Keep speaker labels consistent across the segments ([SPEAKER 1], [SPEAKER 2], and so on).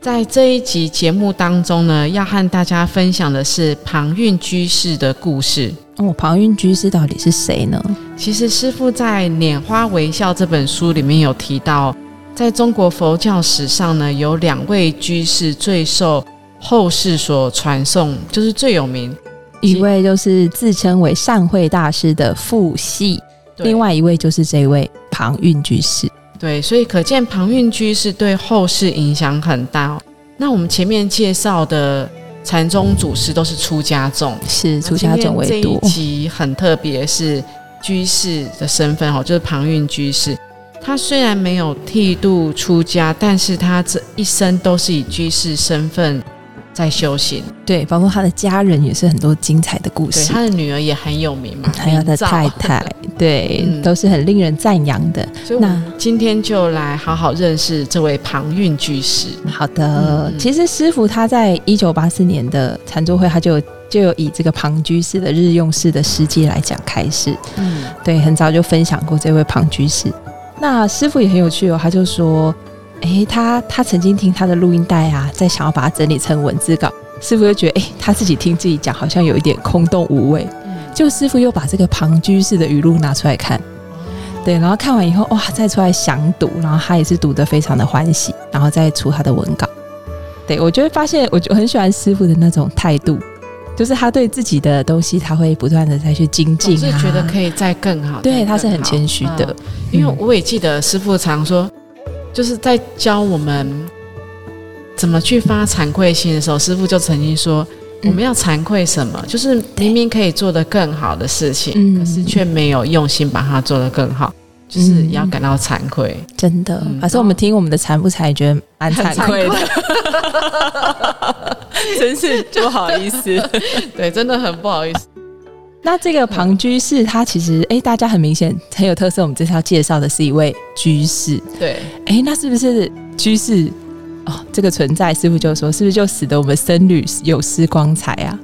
[SPEAKER 1] 在这一集节目当中呢，要和大家分享的是庞蕴居士的故事。
[SPEAKER 2] 哦，庞蕴居士到底是谁呢？
[SPEAKER 1] 其实师父在《拈花微笑》这本书里面有提到，在中国佛教史上呢，有两位居士最受后世所传颂，就是最有名。
[SPEAKER 2] 一位就是自称为善慧大师的傅系，
[SPEAKER 1] 对
[SPEAKER 2] 另外一位就是这位庞蕴居士。
[SPEAKER 1] 对，所以可见庞蕴居士对后世影响很大哦。那我们前面介绍的禅宗祖师都是出家众，
[SPEAKER 2] 是
[SPEAKER 1] 那
[SPEAKER 2] 出家众为
[SPEAKER 1] 今天
[SPEAKER 2] 多
[SPEAKER 1] 这一，集很特别，是居士的身份哦，就是庞蕴居士。他虽然没有剃度出家，但是他这一生都是以居士身份在修行。
[SPEAKER 2] 对，包括他的家人也是很多精彩的故
[SPEAKER 1] 对，
[SPEAKER 2] 事，
[SPEAKER 1] 他的女儿也很有名嘛，啊
[SPEAKER 2] 还有他的
[SPEAKER 1] 明照
[SPEAKER 2] 太。太，对，
[SPEAKER 1] 嗯
[SPEAKER 2] 都是很令人赞扬的。
[SPEAKER 1] 所以，我
[SPEAKER 2] 那
[SPEAKER 1] 们今天就来好好认识这位庞蕴居士。
[SPEAKER 2] 好的，
[SPEAKER 1] 嗯
[SPEAKER 2] 其实师傅他在一九八四年的禅宗会，他就有就有以这个庞居士的日用式的事迹来讲开始，
[SPEAKER 1] 嗯，
[SPEAKER 2] 对，很早就分享过这位庞居士。那师傅也很有趣哦，他就说，诶，他他曾经听他的录音带啊，在想要把它整理成文字稿，师傅就觉得，诶，他自己听自己讲好像有一点空洞无味，
[SPEAKER 1] 嗯
[SPEAKER 2] 就师傅又把这个庞居士的语录拿出来看，对，然后看完以后，哇，再出来详读，然后他也是读得非常的欢喜，然后再出他的文稿。对我就会发现，我就很喜欢师傅的那种态度，就是他对自己的东西，他会不断的再去精进
[SPEAKER 1] 总是
[SPEAKER 2] 啊，
[SPEAKER 1] 觉得可以再更好。
[SPEAKER 2] 对，
[SPEAKER 1] 再
[SPEAKER 2] 他是
[SPEAKER 1] 更
[SPEAKER 2] 很
[SPEAKER 1] 好
[SPEAKER 2] 谦虚的，
[SPEAKER 1] 嗯因为我也记得师傅常说，就是在教我们怎么去发惭愧心的时候，师傅就曾经说，
[SPEAKER 2] 嗯
[SPEAKER 1] 我们要惭愧什么？就是明明可以做得更好的事情，
[SPEAKER 2] 嗯，
[SPEAKER 1] 可是却没有用心把它做得更好，就是要感到惭愧。
[SPEAKER 2] 真的
[SPEAKER 1] 嗯，
[SPEAKER 2] 反正我们听我们的禅不禅，觉得蛮
[SPEAKER 1] 很
[SPEAKER 2] 嗯惭
[SPEAKER 1] 惭
[SPEAKER 2] 愧的， 真是不好意思。
[SPEAKER 1] 对，真的很不好意思。
[SPEAKER 2] 那这个庞居士，他其实哎，大家很明显很有特色。我们这次要介绍的是一位居士，
[SPEAKER 1] 对，
[SPEAKER 2] 哎，那是不是居士哦？这个存在，师傅就说，是不是就使得我们僧侣有失光彩啊？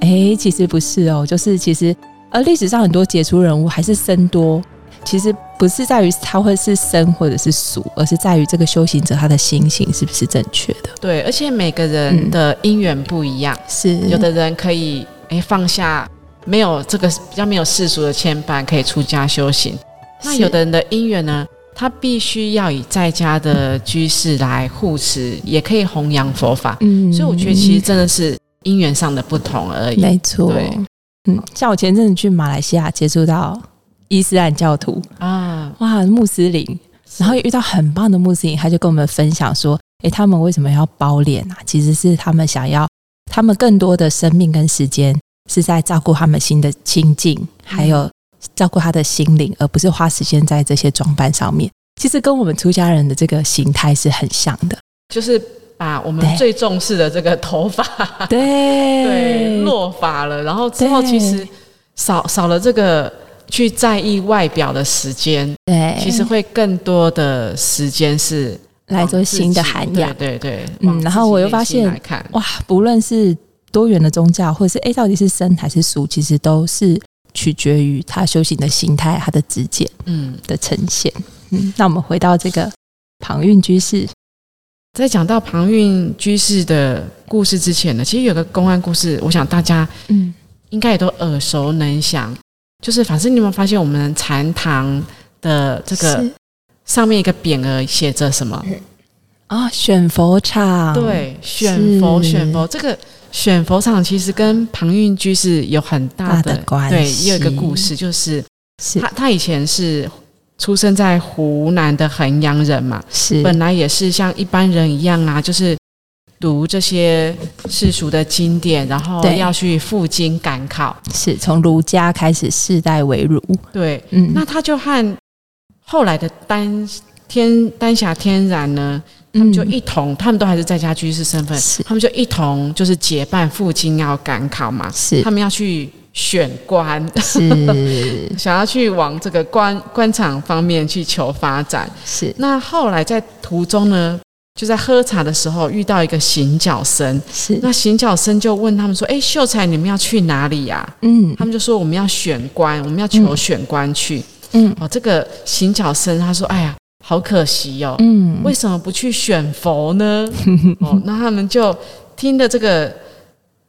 [SPEAKER 2] 哎，其实不是哦，就是其实呃，历史上很多杰出人物还是僧多，其实不是在于他会是僧或者是俗，而是在于这个修行者他的心性是不是正确的。
[SPEAKER 1] 对，而且每个人
[SPEAKER 2] 嗯
[SPEAKER 1] 的因缘不一样。
[SPEAKER 2] 是
[SPEAKER 1] 有的人可以诶放下没有这个比较没有世俗的牵绊，可以出家修行。那
[SPEAKER 2] 是
[SPEAKER 1] 有的人的因缘呢，他必须要以在家的居士来护持，也可以弘扬佛法。
[SPEAKER 2] 嗯
[SPEAKER 1] 所以我觉得其实真的是因缘上的不同而已。
[SPEAKER 2] 没错
[SPEAKER 1] 对，
[SPEAKER 2] 嗯，像我前阵子去马来西亚接触到伊斯兰教徒，
[SPEAKER 1] 啊，
[SPEAKER 2] 哇，穆斯林，然后也遇到很棒的穆斯林，他就跟我们分享说，诶，他们为什么要包脸啊？其实是他们想要，他们更多的生命跟时间是在照顾他们心的清净，还有照顾他的心灵，而不是花时间在这些装扮上面。其实跟我们出家人的这个形态是很像 的，
[SPEAKER 1] 就是把我们
[SPEAKER 2] 对
[SPEAKER 1] 最重视的这个头发，对，
[SPEAKER 2] 对，
[SPEAKER 1] 落发了，然后之后
[SPEAKER 2] 对
[SPEAKER 1] 其实少少了这个去在意外表的时间，
[SPEAKER 2] 对，
[SPEAKER 1] 其实会更多的时间是
[SPEAKER 2] 来做
[SPEAKER 1] 往自己
[SPEAKER 2] 新的涵养。
[SPEAKER 1] 对对对，
[SPEAKER 2] 嗯
[SPEAKER 1] 往自己
[SPEAKER 2] 然后我又
[SPEAKER 1] 内心
[SPEAKER 2] 发现
[SPEAKER 1] 来看，
[SPEAKER 2] 哇，不论是多元的宗教，或者是诶，到底是生还是俗，其实都是取决于他修行的心态、他的直见
[SPEAKER 1] 嗯，
[SPEAKER 2] 的呈现。嗯，那我们回到这个庞蕴居士，
[SPEAKER 1] 在讲到庞蕴居士的故事之前呢，其实有个公安故事，我想大家
[SPEAKER 2] 嗯，
[SPEAKER 1] 应该也都耳熟能详。就是，反正你有没有发现我们禅堂的这个
[SPEAKER 2] 是
[SPEAKER 1] 上面一个匾额写着什么？
[SPEAKER 2] 啊、选佛场，，
[SPEAKER 1] 对，选佛，
[SPEAKER 2] 是
[SPEAKER 1] 选佛。这个选佛场其实跟庞蕴居士有很大
[SPEAKER 2] 大
[SPEAKER 1] 的
[SPEAKER 2] 的关
[SPEAKER 1] 对，
[SPEAKER 2] 系
[SPEAKER 1] 也有一个故事，就是
[SPEAKER 2] 是
[SPEAKER 1] 他他以前是出生在湖南的衡阳人嘛，
[SPEAKER 2] 是，
[SPEAKER 1] 本来也是像一般人一样啊，就是读这些世俗的经典，然后
[SPEAKER 2] 对
[SPEAKER 1] 要去赴京赶考。
[SPEAKER 2] 是从儒家开始世代为儒，
[SPEAKER 1] 对，
[SPEAKER 2] 嗯，
[SPEAKER 1] 那他就和后来的丹天丹霞天然呢，他们就一同，他们都还是在家居士身份，
[SPEAKER 2] 嗯是
[SPEAKER 1] 他们就一同就是结伴赴京要赶考嘛，
[SPEAKER 2] 是
[SPEAKER 1] 他们要去选官，
[SPEAKER 2] 是
[SPEAKER 1] 想要去往这个官官场方面去求发展。
[SPEAKER 2] 是
[SPEAKER 1] 那后来在途中呢，就在喝茶的时候遇到一个行脚僧，
[SPEAKER 2] 是，
[SPEAKER 1] 那行脚僧就问他们说：“哎，秀才，你们要去哪里呀、
[SPEAKER 2] 嗯
[SPEAKER 1] 他们就说：“我们要选官，我们要求选官去。
[SPEAKER 2] 嗯
[SPEAKER 1] 哦，这个行脚僧他说：“哎呀，好可惜哦，
[SPEAKER 2] 嗯，
[SPEAKER 1] 为什么不去选佛呢？” 哦，那他们就听了这个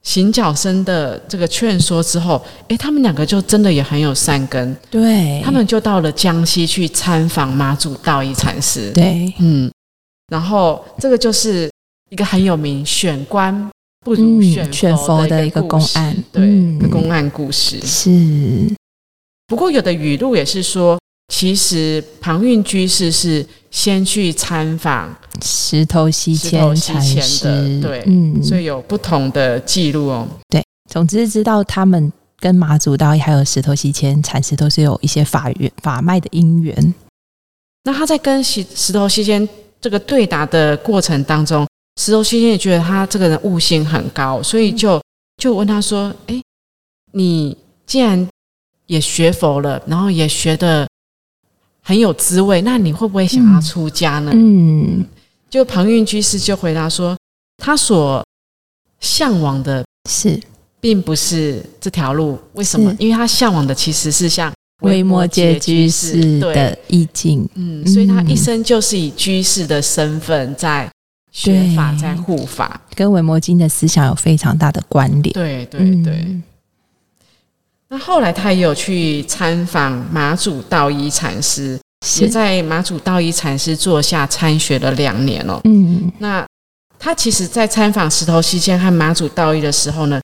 [SPEAKER 1] 行脚僧的这个劝说之后，哎，他们两个就真的也很有善根，
[SPEAKER 2] 对
[SPEAKER 1] 他们就到了江西去参访妈祖道一禅师。
[SPEAKER 2] 对
[SPEAKER 1] 嗯，然后这个就是一个很有名，选官不如
[SPEAKER 2] 嗯
[SPEAKER 1] 选
[SPEAKER 2] 选佛的
[SPEAKER 1] 的
[SPEAKER 2] 一个
[SPEAKER 1] 故
[SPEAKER 2] 公
[SPEAKER 1] 事
[SPEAKER 2] 案，
[SPEAKER 1] 对，
[SPEAKER 2] 嗯
[SPEAKER 1] 一个公案故事。
[SPEAKER 2] 是
[SPEAKER 1] 不过有的语录也是说，其实庞蕴居士是先去参访，
[SPEAKER 2] 石头西
[SPEAKER 1] 石头
[SPEAKER 2] 迁
[SPEAKER 1] 西
[SPEAKER 2] 禅
[SPEAKER 1] 迁的
[SPEAKER 2] 师，
[SPEAKER 1] 对
[SPEAKER 2] 嗯，
[SPEAKER 1] 所以有不同的记录哦。
[SPEAKER 2] 总之知道他们跟马祖道还有石头西迁禅师都是有一些法缘法脉的因缘，
[SPEAKER 1] 那他在跟石石头西间这个对答的过程当中，石头西间也觉得他这个人悟性很高，所以就就问他说：“哎，你既然也学佛了，然后也学的很有滋味，那你会不会想要出家呢？”
[SPEAKER 2] 嗯
[SPEAKER 1] 就庞蕴居士就回答说：“他所向往的
[SPEAKER 2] 是
[SPEAKER 1] 并不是这条路，为什么
[SPEAKER 2] 是？
[SPEAKER 1] 因为他向往的其实是像
[SPEAKER 2] 微末界居士
[SPEAKER 1] 对
[SPEAKER 2] 的意境，
[SPEAKER 1] 嗯，所以他
[SPEAKER 2] 嗯
[SPEAKER 1] 一生就是以居士的身份在学
[SPEAKER 2] 对
[SPEAKER 1] 法，在护法。
[SPEAKER 2] 跟维摩经的思想有非常大的关联，
[SPEAKER 1] 对对对。
[SPEAKER 2] 嗯
[SPEAKER 1] 那后来他也有去参访马祖道一禅师，也
[SPEAKER 2] 是
[SPEAKER 1] 在马祖道一禅师座下参学了两年哦。
[SPEAKER 2] 嗯
[SPEAKER 1] 那他其实，在参访石头西迁和马祖道一的时候呢，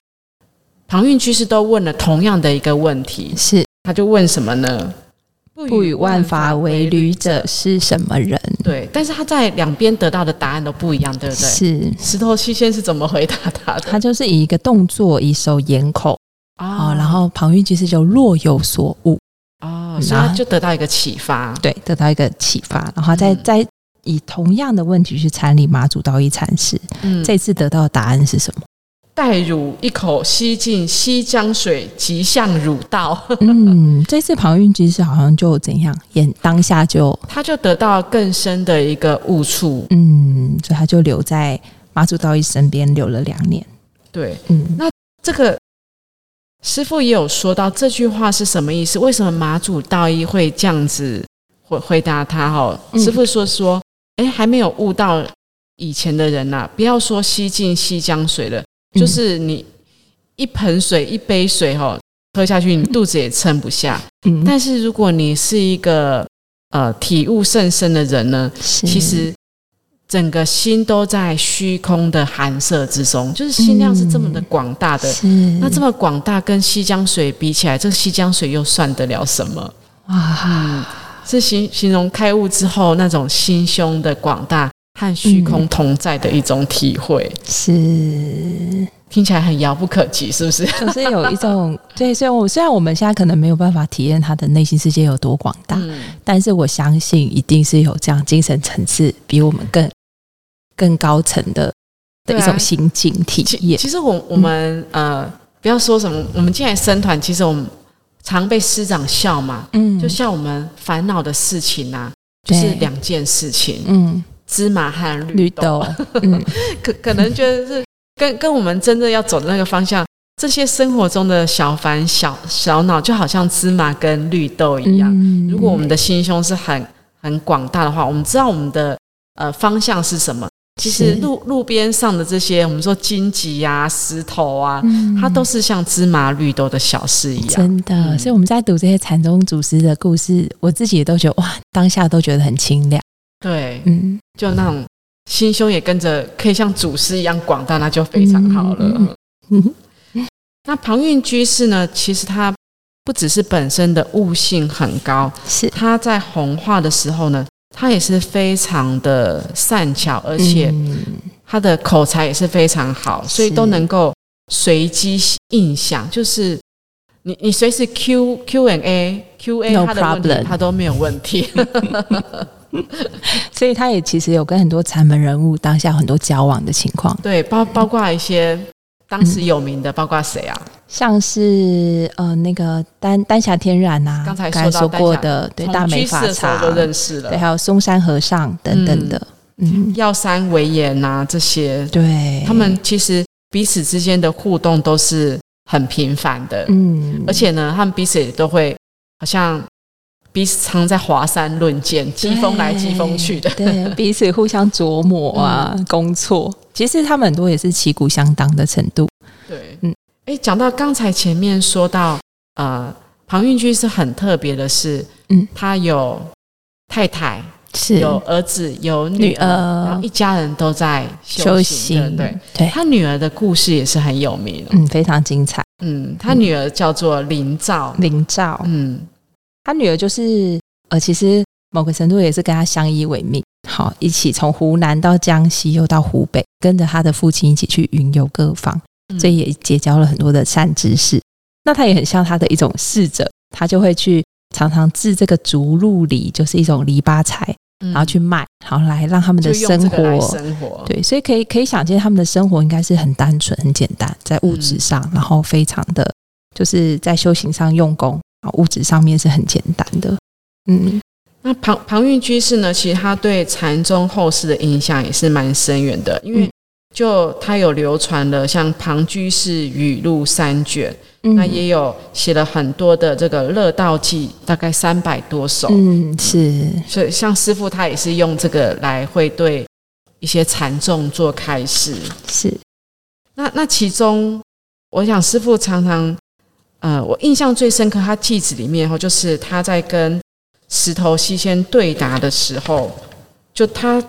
[SPEAKER 1] 庞蕴居士都问了同样的一个问题，
[SPEAKER 2] 是
[SPEAKER 1] 他就问什么呢？
[SPEAKER 2] 不与万法为侣者是什么人？
[SPEAKER 1] 对，但是他在两边得到的答案都不一样，对不对？
[SPEAKER 2] 是，
[SPEAKER 1] 石头西迁是怎么回答他的？
[SPEAKER 2] 他就是以一个动作，以手掩口
[SPEAKER 1] 啊
[SPEAKER 2] 哦，然后庞蕴居士就若有所悟，
[SPEAKER 1] 哦，
[SPEAKER 2] 嗯
[SPEAKER 1] 所以
[SPEAKER 2] 然
[SPEAKER 1] 他
[SPEAKER 2] 后
[SPEAKER 1] 就得到一个启发。
[SPEAKER 2] 对，得到一个启发，然后再、
[SPEAKER 1] 嗯
[SPEAKER 2] 再以同样的问题去参理马祖道一禅师，
[SPEAKER 1] 嗯，
[SPEAKER 2] 这次得到的答案是什 么？
[SPEAKER 1] 待汝一口吸尽西江水，即向汝道，
[SPEAKER 2] 嗯，这次庞蕴居士好像就怎样，演当下就
[SPEAKER 1] 他就得到更深的一个悟处。
[SPEAKER 2] 嗯，所以他就留在马祖道一身边留了两年，
[SPEAKER 1] 对，
[SPEAKER 2] 嗯，
[SPEAKER 1] 这个师傅也有说到这句话是什么意思？为什么马祖道一会这样子回回答他、哦？哈，
[SPEAKER 2] 嗯
[SPEAKER 1] 师傅说说，哎，还没有悟到以前的人呐、啊不要说吸尽西江水了，
[SPEAKER 2] 嗯
[SPEAKER 1] 就是你一盆水、一杯水、哦，哈，喝下去你肚子也撑不下。
[SPEAKER 2] 嗯，
[SPEAKER 1] 但是如果你是一个呃体悟甚深的人呢，
[SPEAKER 2] 是
[SPEAKER 1] 其实整个心都在虚空的寒舍之中，就是心量是这么的
[SPEAKER 2] 嗯
[SPEAKER 1] 广大的。
[SPEAKER 2] 是
[SPEAKER 1] 那这么广大，跟西江水比起来，这西江水又算得了什么？
[SPEAKER 2] 哇，
[SPEAKER 1] 嗯，是形形容开悟之后那种心胸的广大和虚空同在的一种体会，
[SPEAKER 2] 是。
[SPEAKER 1] 听起来很遥不可及，是不是？
[SPEAKER 2] 就是有一种对，虽然我虽然我们现在可能没有办法体验他的内心世界有多广大，
[SPEAKER 1] 嗯，
[SPEAKER 2] 但是我相信一定是有这样精神层次比我们更更高层的的
[SPEAKER 1] 对啊
[SPEAKER 2] 一种心境体
[SPEAKER 1] 其
[SPEAKER 2] 验。
[SPEAKER 1] 其实我我们、呃，不要说什么，我们进来生团，其实我们常被师长笑嘛，
[SPEAKER 2] 嗯
[SPEAKER 1] 就像我们烦恼的事情啊，就
[SPEAKER 2] 对
[SPEAKER 1] 是两件事情，
[SPEAKER 2] 嗯，
[SPEAKER 1] 芝麻和
[SPEAKER 2] 绿
[SPEAKER 1] 绿豆，
[SPEAKER 2] 豆， 嗯，
[SPEAKER 1] 可可能觉得是跟跟我们真正要走的那个方向，这些生活中的小烦小小恼，就好像芝麻跟绿豆一样。
[SPEAKER 2] 嗯
[SPEAKER 1] 如果我们的心胸是很很广大的话，我们知道我们的呃方向是什么。其实
[SPEAKER 2] 是
[SPEAKER 1] 路路边上的这些，我们说荆棘啊、石头啊，
[SPEAKER 2] 嗯
[SPEAKER 1] 它都是像芝麻绿豆的小事一样。
[SPEAKER 2] 真的，
[SPEAKER 1] 嗯
[SPEAKER 2] 所以我们在读这些禅宗祖师的故事，我自己也都觉得哇，当下都觉得很清凉。
[SPEAKER 1] 对，
[SPEAKER 2] 嗯，
[SPEAKER 1] 就那种心胸也跟着可以像祖师一样广大，那就非常好了。
[SPEAKER 2] 嗯嗯
[SPEAKER 1] 那庞蕴居士呢，其实他不只是本身的悟性很高，
[SPEAKER 2] 是，
[SPEAKER 1] 他在弘化的时候呢，他也是非常的善巧，而且
[SPEAKER 2] 嗯
[SPEAKER 1] 他的口才也是非常好，所以
[SPEAKER 2] 是
[SPEAKER 1] 都能够随机印象，就是你你随时 Q Q and A Q A
[SPEAKER 2] No
[SPEAKER 1] 他的问题
[SPEAKER 2] problem
[SPEAKER 1] 他都没有问题。
[SPEAKER 2] 所以他也其实有跟很多禅门人物当下有很多交往的情况，
[SPEAKER 1] 对，包包括一些当时有名的，
[SPEAKER 2] 嗯
[SPEAKER 1] 包括谁啊？
[SPEAKER 2] 像是呃那个丹丹霞天然呐、
[SPEAKER 1] 刚才说
[SPEAKER 2] 才
[SPEAKER 1] 到
[SPEAKER 2] 说
[SPEAKER 1] 丹
[SPEAKER 2] 过
[SPEAKER 1] 霞
[SPEAKER 2] 的对大
[SPEAKER 1] 从
[SPEAKER 2] 美
[SPEAKER 1] 居士
[SPEAKER 2] 法
[SPEAKER 1] 的时
[SPEAKER 2] 茶
[SPEAKER 1] 候，都认识了
[SPEAKER 2] 对，，还有松山和尚等等的，嗯，
[SPEAKER 1] 药山维严啊这些，
[SPEAKER 2] 对，
[SPEAKER 1] 他们其实彼此之间的互动都是很频繁的，
[SPEAKER 2] 嗯，
[SPEAKER 1] 而且呢，他们彼此也都会好像彼此常在华山论剑，疾风来疾风去的。
[SPEAKER 2] 对， 对彼此互相琢磨啊，
[SPEAKER 1] 嗯
[SPEAKER 2] 工作。其实他们很多也是旗鼓相当的程度，
[SPEAKER 1] 对，嗯
[SPEAKER 2] 嗯，
[SPEAKER 1] 哎，讲到刚才前面说到，呃，庞运居是很特别的是，
[SPEAKER 2] 嗯
[SPEAKER 1] 他有太太，
[SPEAKER 2] 是
[SPEAKER 1] 有儿子，有
[SPEAKER 2] 女
[SPEAKER 1] 儿，然后
[SPEAKER 2] 儿
[SPEAKER 1] 一家人都在
[SPEAKER 2] 修
[SPEAKER 1] 修行，对
[SPEAKER 2] 行，
[SPEAKER 1] 不对。
[SPEAKER 2] 对，
[SPEAKER 1] 他女儿的故事也是很有名哦、
[SPEAKER 2] 嗯，非常精彩。
[SPEAKER 1] 嗯，他女儿叫做林兆，
[SPEAKER 2] 林兆，
[SPEAKER 1] 嗯，
[SPEAKER 2] 他女儿就是呃，其实某个程度也是跟他相依为命，好，一起从湖南到江西，又到湖北，跟着他的父亲一起去云游各方，
[SPEAKER 1] 嗯
[SPEAKER 2] 所以也结交了很多的善知识。那他也很像他的一种侍者，他就会去常常制这个竹露梨，就是一种篱笆柴，
[SPEAKER 1] 嗯
[SPEAKER 2] 然后去卖，好来让他们
[SPEAKER 1] 就
[SPEAKER 2] 的
[SPEAKER 1] 用这
[SPEAKER 2] 生
[SPEAKER 1] 个来
[SPEAKER 2] 活。
[SPEAKER 1] 生活，
[SPEAKER 2] 对，所以可以可以想见，他们的生活应该是很单纯、很简单，在物
[SPEAKER 1] 嗯
[SPEAKER 2] 质上，然后非常的就是在修行上用功，啊，物质上面是很简单的。嗯，
[SPEAKER 1] 那庞庞韵居士呢，其实他对禅宗后世的影响也是蛮深远的，因为
[SPEAKER 2] 嗯
[SPEAKER 1] 就他有流传了像《庞居士语录》三卷，
[SPEAKER 2] 嗯
[SPEAKER 1] 那也有写了很多的这个《乐道记》，大概三百多首。
[SPEAKER 2] 嗯是
[SPEAKER 1] 所以像师傅他也是用这个来会对一些禅众做开示。
[SPEAKER 2] 是，
[SPEAKER 1] 那那其中，我想师傅常常，呃，我印象最深刻，他记子里面哦，就是他在跟石头西先对答的时候，就他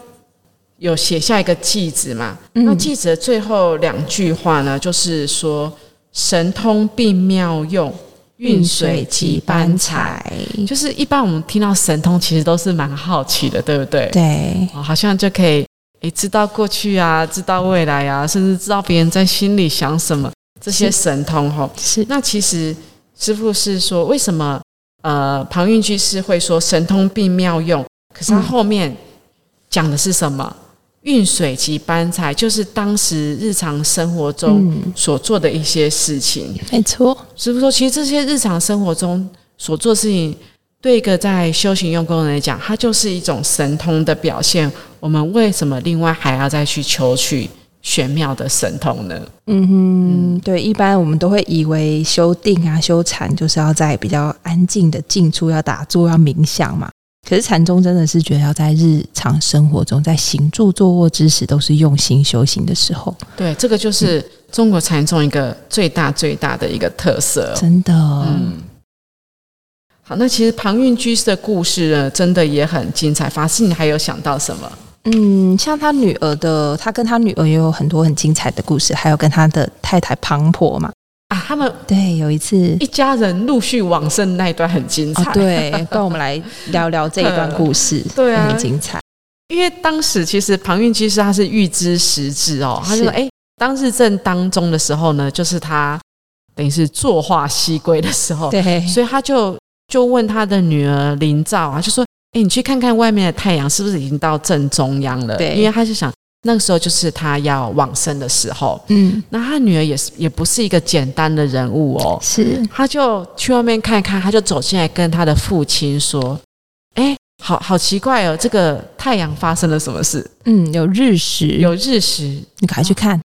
[SPEAKER 1] 有写下一个记子嘛。那
[SPEAKER 2] 嗯
[SPEAKER 1] 记子的最后两句话呢，就是说神通并妙用，运水即般才。，就是一般我们听到神通，其实都是蛮好奇的，对不对？
[SPEAKER 2] 对，
[SPEAKER 1] 哦，好像就可以诶知道过去啊，知道未来啊，甚至知道别人在心里想什么，这些神通哈、
[SPEAKER 2] 是
[SPEAKER 1] 那其实师傅是说，为什么呃庞韵居士会说神通并妙用？可是他
[SPEAKER 2] 嗯
[SPEAKER 1] 后面讲的是什么？运水及搬财，就是当时日常生活中
[SPEAKER 2] 嗯，
[SPEAKER 1] 所做的一些事情。
[SPEAKER 2] 没错，
[SPEAKER 1] 师傅说，其实这些日常生活中所做事情，对一个在修行用功的人来讲，它就是一种神通的表现。我们为什么另外还要再去求取玄妙的神通呢？
[SPEAKER 2] 嗯哼，对，一般我们都会以为修定啊、修禅就是要在比较安静的静处要打坐、要冥想嘛。可是禅宗真的是觉得要在日常生活中，在行住坐卧之时，都是用心修行的时候，
[SPEAKER 1] 对，这个就是中国禅宗一个最大最大的一个特色哦。
[SPEAKER 2] 真的，
[SPEAKER 1] 嗯，好，那其实庞韵居士的故事呢，真的也很精彩。法师，你还有想到什么？
[SPEAKER 2] 嗯，像他女儿的，他跟他女儿也有很多很精彩的故事，还有跟他的太太庞婆嘛，
[SPEAKER 1] 啊，他们
[SPEAKER 2] 对，有一次，
[SPEAKER 1] 一家人陆续往生那一段很精彩。
[SPEAKER 2] 哦，对，不然我们来聊聊这一段故 事，
[SPEAKER 1] 对啊
[SPEAKER 2] 很精彩，
[SPEAKER 1] 因为当时其实庞韵居士他是预知时至哦，他就说：“
[SPEAKER 2] 是
[SPEAKER 1] 哎，当日正当中的时候呢，就是他等于是坐化西归的时候，
[SPEAKER 2] 对，
[SPEAKER 1] 所以他就就问他的女儿林兆啊，就说：‘哎，你去看看外面的太阳是不是已经到正中央了？’
[SPEAKER 2] 对
[SPEAKER 1] 因为他就想那个时候就是他要往生的时候。
[SPEAKER 2] 嗯，
[SPEAKER 1] 那他女儿也是也不是一个简单的人物哦，
[SPEAKER 2] 是，
[SPEAKER 1] 他就去外面看一看，他就走进来跟他的父亲说：‘哎，好好奇怪哦，这个太阳发生了什么事？’
[SPEAKER 2] 嗯，有日食，
[SPEAKER 1] 有日食，
[SPEAKER 2] 你赶快去看。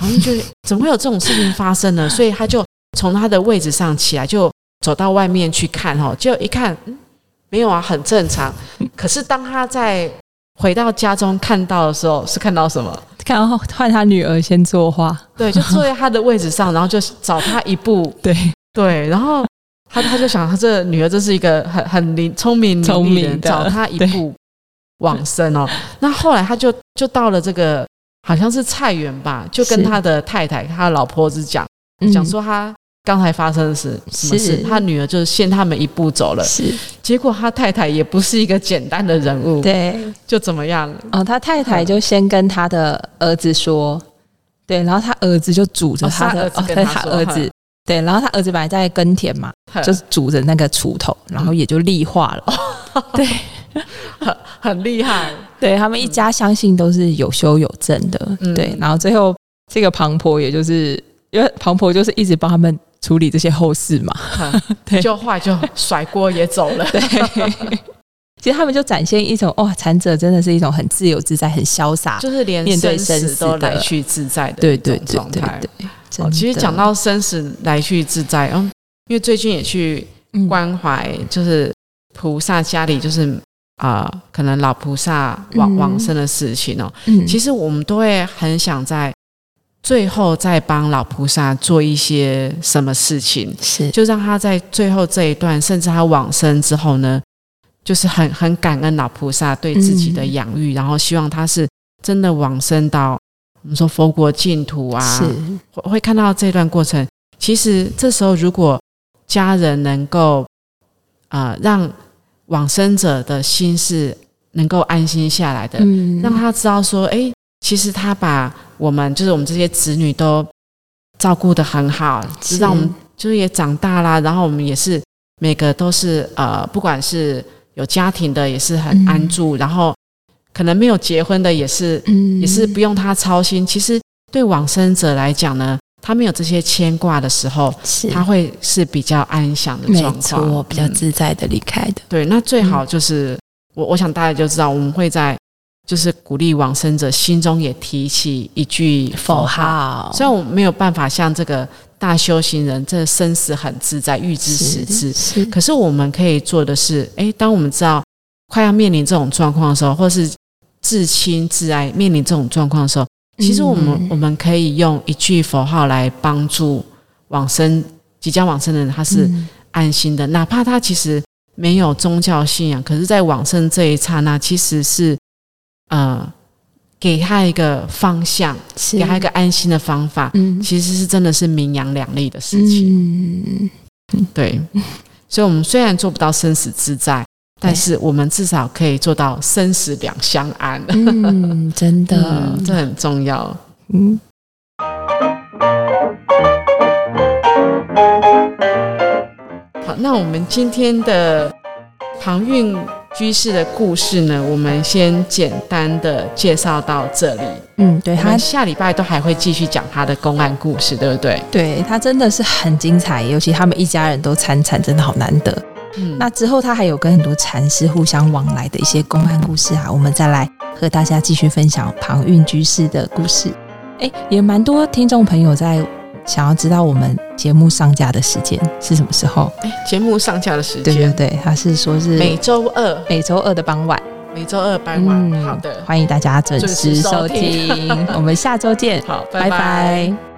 [SPEAKER 1] 旁边就是怎么会有这种事情发生呢？所 以他就从他的位置上起来，就走到外面去看哦，结果一看，嗯，没有啊，很正常。可是当他在回到家中看到的时候，是看到什么？
[SPEAKER 2] 看后换他女儿先作画，
[SPEAKER 1] 对，就坐在他的位置上，然后就找他一步，
[SPEAKER 2] 对，
[SPEAKER 1] 对，然后他他就想，他这个女儿真是一个很很灵聪明伶俐
[SPEAKER 2] 聪明
[SPEAKER 1] 人
[SPEAKER 2] 的
[SPEAKER 1] 找他一
[SPEAKER 2] 对
[SPEAKER 1] 步往生哦。那后来他就就到了这个好像是菜园吧，就跟
[SPEAKER 2] 是
[SPEAKER 1] 他的太太、他的老婆子讲，
[SPEAKER 2] 嗯
[SPEAKER 1] 讲说他刚才发生的事什么事，
[SPEAKER 2] 是
[SPEAKER 1] 他女儿就是先他们一步走了，
[SPEAKER 2] 是
[SPEAKER 1] 结果他太太也不是一个简单的人物，
[SPEAKER 2] 对
[SPEAKER 1] 就怎么样？
[SPEAKER 2] 哦，他太太就先跟他的儿子说，对，然后他儿子就拄着
[SPEAKER 1] 哦
[SPEAKER 2] 他的
[SPEAKER 1] 是他儿子跟
[SPEAKER 2] 对
[SPEAKER 1] 他
[SPEAKER 2] 他
[SPEAKER 1] 说嗯
[SPEAKER 2] 儿
[SPEAKER 1] 哈
[SPEAKER 2] 子，对，然后他儿子本来在耕田嘛，
[SPEAKER 1] 呵嗯哦
[SPEAKER 2] 就是拄着那个锄头，然后也就立化了，对，
[SPEAKER 1] 很 很厉害。
[SPEAKER 2] 对他们一家相信都是有修有证的，
[SPEAKER 1] 嗯
[SPEAKER 2] 对。然后最后这个庞婆，也就是因为庞婆就是一直帮他们处理这些后事嘛，对
[SPEAKER 1] 就后来就甩锅也走 了。
[SPEAKER 2] 对。其实他们就展现一种哇，残者真的是一种很自由自在、很潇洒，
[SPEAKER 1] 就是连
[SPEAKER 2] 面对
[SPEAKER 1] 生
[SPEAKER 2] 生
[SPEAKER 1] 死
[SPEAKER 2] 死
[SPEAKER 1] 都
[SPEAKER 2] 的
[SPEAKER 1] 来去自在的
[SPEAKER 2] 对
[SPEAKER 1] 一种
[SPEAKER 2] 对对
[SPEAKER 1] 状
[SPEAKER 2] 对
[SPEAKER 1] 态。
[SPEAKER 2] 对。
[SPEAKER 1] 哦，其实
[SPEAKER 2] 真的
[SPEAKER 1] 讲到生死来去自在，嗯，因为最近也去
[SPEAKER 2] 嗯
[SPEAKER 1] 关怀，就是菩萨家里，就是啊、呃可能老菩萨往
[SPEAKER 2] 嗯
[SPEAKER 1] 往生的事情哦。
[SPEAKER 2] 嗯
[SPEAKER 1] 其实我们都会很想在最后再帮老菩萨做一些什么事情，
[SPEAKER 2] 是
[SPEAKER 1] 就让他在最后这一段，甚至他往生之后呢，就是很很感恩老菩萨对自己的
[SPEAKER 2] 嗯
[SPEAKER 1] 养育，然后希望他是真的往生到我们说佛国净土啊，
[SPEAKER 2] 是
[SPEAKER 1] 会会看到这段过程。其实这时候，如果家人能够呃让往生者的心是能够安心下来的，
[SPEAKER 2] 嗯
[SPEAKER 1] 让他知道说，哎，其实他把我们就是我们这些子女都照顾得很好，
[SPEAKER 2] 是
[SPEAKER 1] 知道我们就是也长大啦，然后我们也是每个都是呃，不管是有家庭的也是很
[SPEAKER 2] 嗯
[SPEAKER 1] 安住，然后可能没有结婚的也是
[SPEAKER 2] 嗯
[SPEAKER 1] 也是不用他操心。其实对往生者来讲呢，他没有这些牵挂的时候，
[SPEAKER 2] 是
[SPEAKER 1] 他会是比较安详的
[SPEAKER 2] 没
[SPEAKER 1] 状况，
[SPEAKER 2] 错，比较
[SPEAKER 1] 嗯
[SPEAKER 2] 自在的离开的，
[SPEAKER 1] 对，那最好就是、我，我想大家就知道，我们会在就是鼓励往生者心中也提起一句佛
[SPEAKER 2] 佛
[SPEAKER 1] 号。
[SPEAKER 2] 号
[SPEAKER 1] 虽然我们没有办法像这个大修行人，这生死很自在，欲知时至，
[SPEAKER 2] 是是
[SPEAKER 1] 可是我们可以做的是，诶，当我们知道快要面临这种状况的时候，或是至亲至爱面临这种状况的时候，其实我们、
[SPEAKER 2] 嗯
[SPEAKER 1] 我们可以用一句佛号来帮助往生即将往生的人，他是。
[SPEAKER 2] 嗯
[SPEAKER 1] 安心的，哪怕他其实没有宗教信仰，可是，在往生这一刹那，其实是呃，给他一个方向，
[SPEAKER 2] 是
[SPEAKER 1] 给他一个安心的方法，
[SPEAKER 2] 嗯
[SPEAKER 1] 其实是真的是名扬两利的事情。
[SPEAKER 2] 嗯
[SPEAKER 1] 对，所以我们虽然做不到生死自在，但是我们至少可以做到生死两相安。
[SPEAKER 2] 嗯，真的，
[SPEAKER 1] 嗯， 这很重要。
[SPEAKER 2] 嗯，
[SPEAKER 1] 好，那我们今天的庞韵居士的故事呢，我们先简单的介绍到这里。
[SPEAKER 2] 嗯，对
[SPEAKER 1] 我
[SPEAKER 2] 他
[SPEAKER 1] 们下礼拜都还会继续讲他的公案故事，对不对？
[SPEAKER 2] 对他真的是很精彩，尤其他们一家人都参禅，真的好难得。
[SPEAKER 1] 嗯，
[SPEAKER 2] 那之后他还有跟很多禅师互相往来的一些公案故事啊，我们再来和大家继续分享庞韵居士的故事。哎，也蛮多听众朋友在想要知道我们节目上架的时间是什么时候？
[SPEAKER 1] 哎节目上架的时
[SPEAKER 2] 对对
[SPEAKER 1] 间
[SPEAKER 2] 对，他是说是
[SPEAKER 1] 每周二，
[SPEAKER 2] 每周二的傍晚。
[SPEAKER 1] 每周二傍晚。
[SPEAKER 2] 嗯
[SPEAKER 1] 好的，
[SPEAKER 2] 欢迎大家准时收
[SPEAKER 1] 准时
[SPEAKER 2] 听，我们下周见，
[SPEAKER 1] 好，
[SPEAKER 2] 拜
[SPEAKER 1] 拜拜
[SPEAKER 2] 拜